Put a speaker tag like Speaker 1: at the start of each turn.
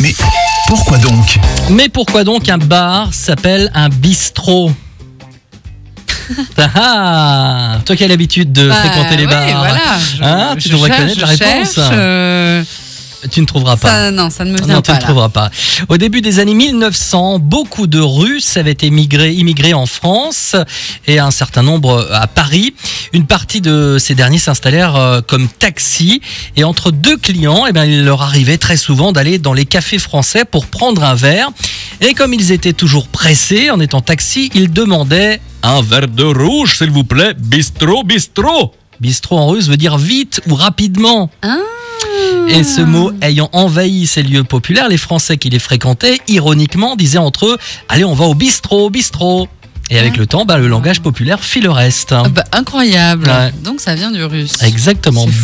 Speaker 1: Mais pourquoi donc
Speaker 2: Mais pourquoi donc un bar s'appelle un bistrot Ah, Toi qui as l'habitude de
Speaker 3: Bah,
Speaker 2: fréquenter les
Speaker 3: oui,
Speaker 2: bars,
Speaker 3: voilà, je-
Speaker 2: Hein, tu
Speaker 3: je
Speaker 2: devrais
Speaker 3: cherche,
Speaker 2: connaître la
Speaker 3: je
Speaker 2: réponse.
Speaker 3: cherche, euh,
Speaker 2: tu ne trouveras pas.
Speaker 3: ça, non, ça ne me vient
Speaker 2: Non, tu
Speaker 3: pas.
Speaker 2: ne
Speaker 3: là.
Speaker 2: trouveras pas. Au début des années 1900, beaucoup de Russes avaient émigré, immigré en France et un certain nombre à Paris. Une partie de ces derniers s'installèrent euh, comme taxi et entre deux clients, eh bien, il leur arrivait très souvent d'aller dans les cafés français pour prendre un verre. Et comme ils étaient toujours pressés en étant taxi, ils demandaient un verre de rouge, s'il vous plaît, bistrot, bistrot. Bistrot en russe veut dire vite ou rapidement.
Speaker 3: Ah.
Speaker 2: Et ce mot ayant envahi ces lieux populaires, les Français qui les fréquentaient, ironiquement, disaient entre eux Allez, on va au bistrot, au bistrot. Et avec le temps, bah, le langage populaire fit le reste.
Speaker 3: Ah bah, incroyable.
Speaker 2: Ouais.
Speaker 3: Donc ça vient du russe.
Speaker 2: Exactement.
Speaker 3: C'est fou.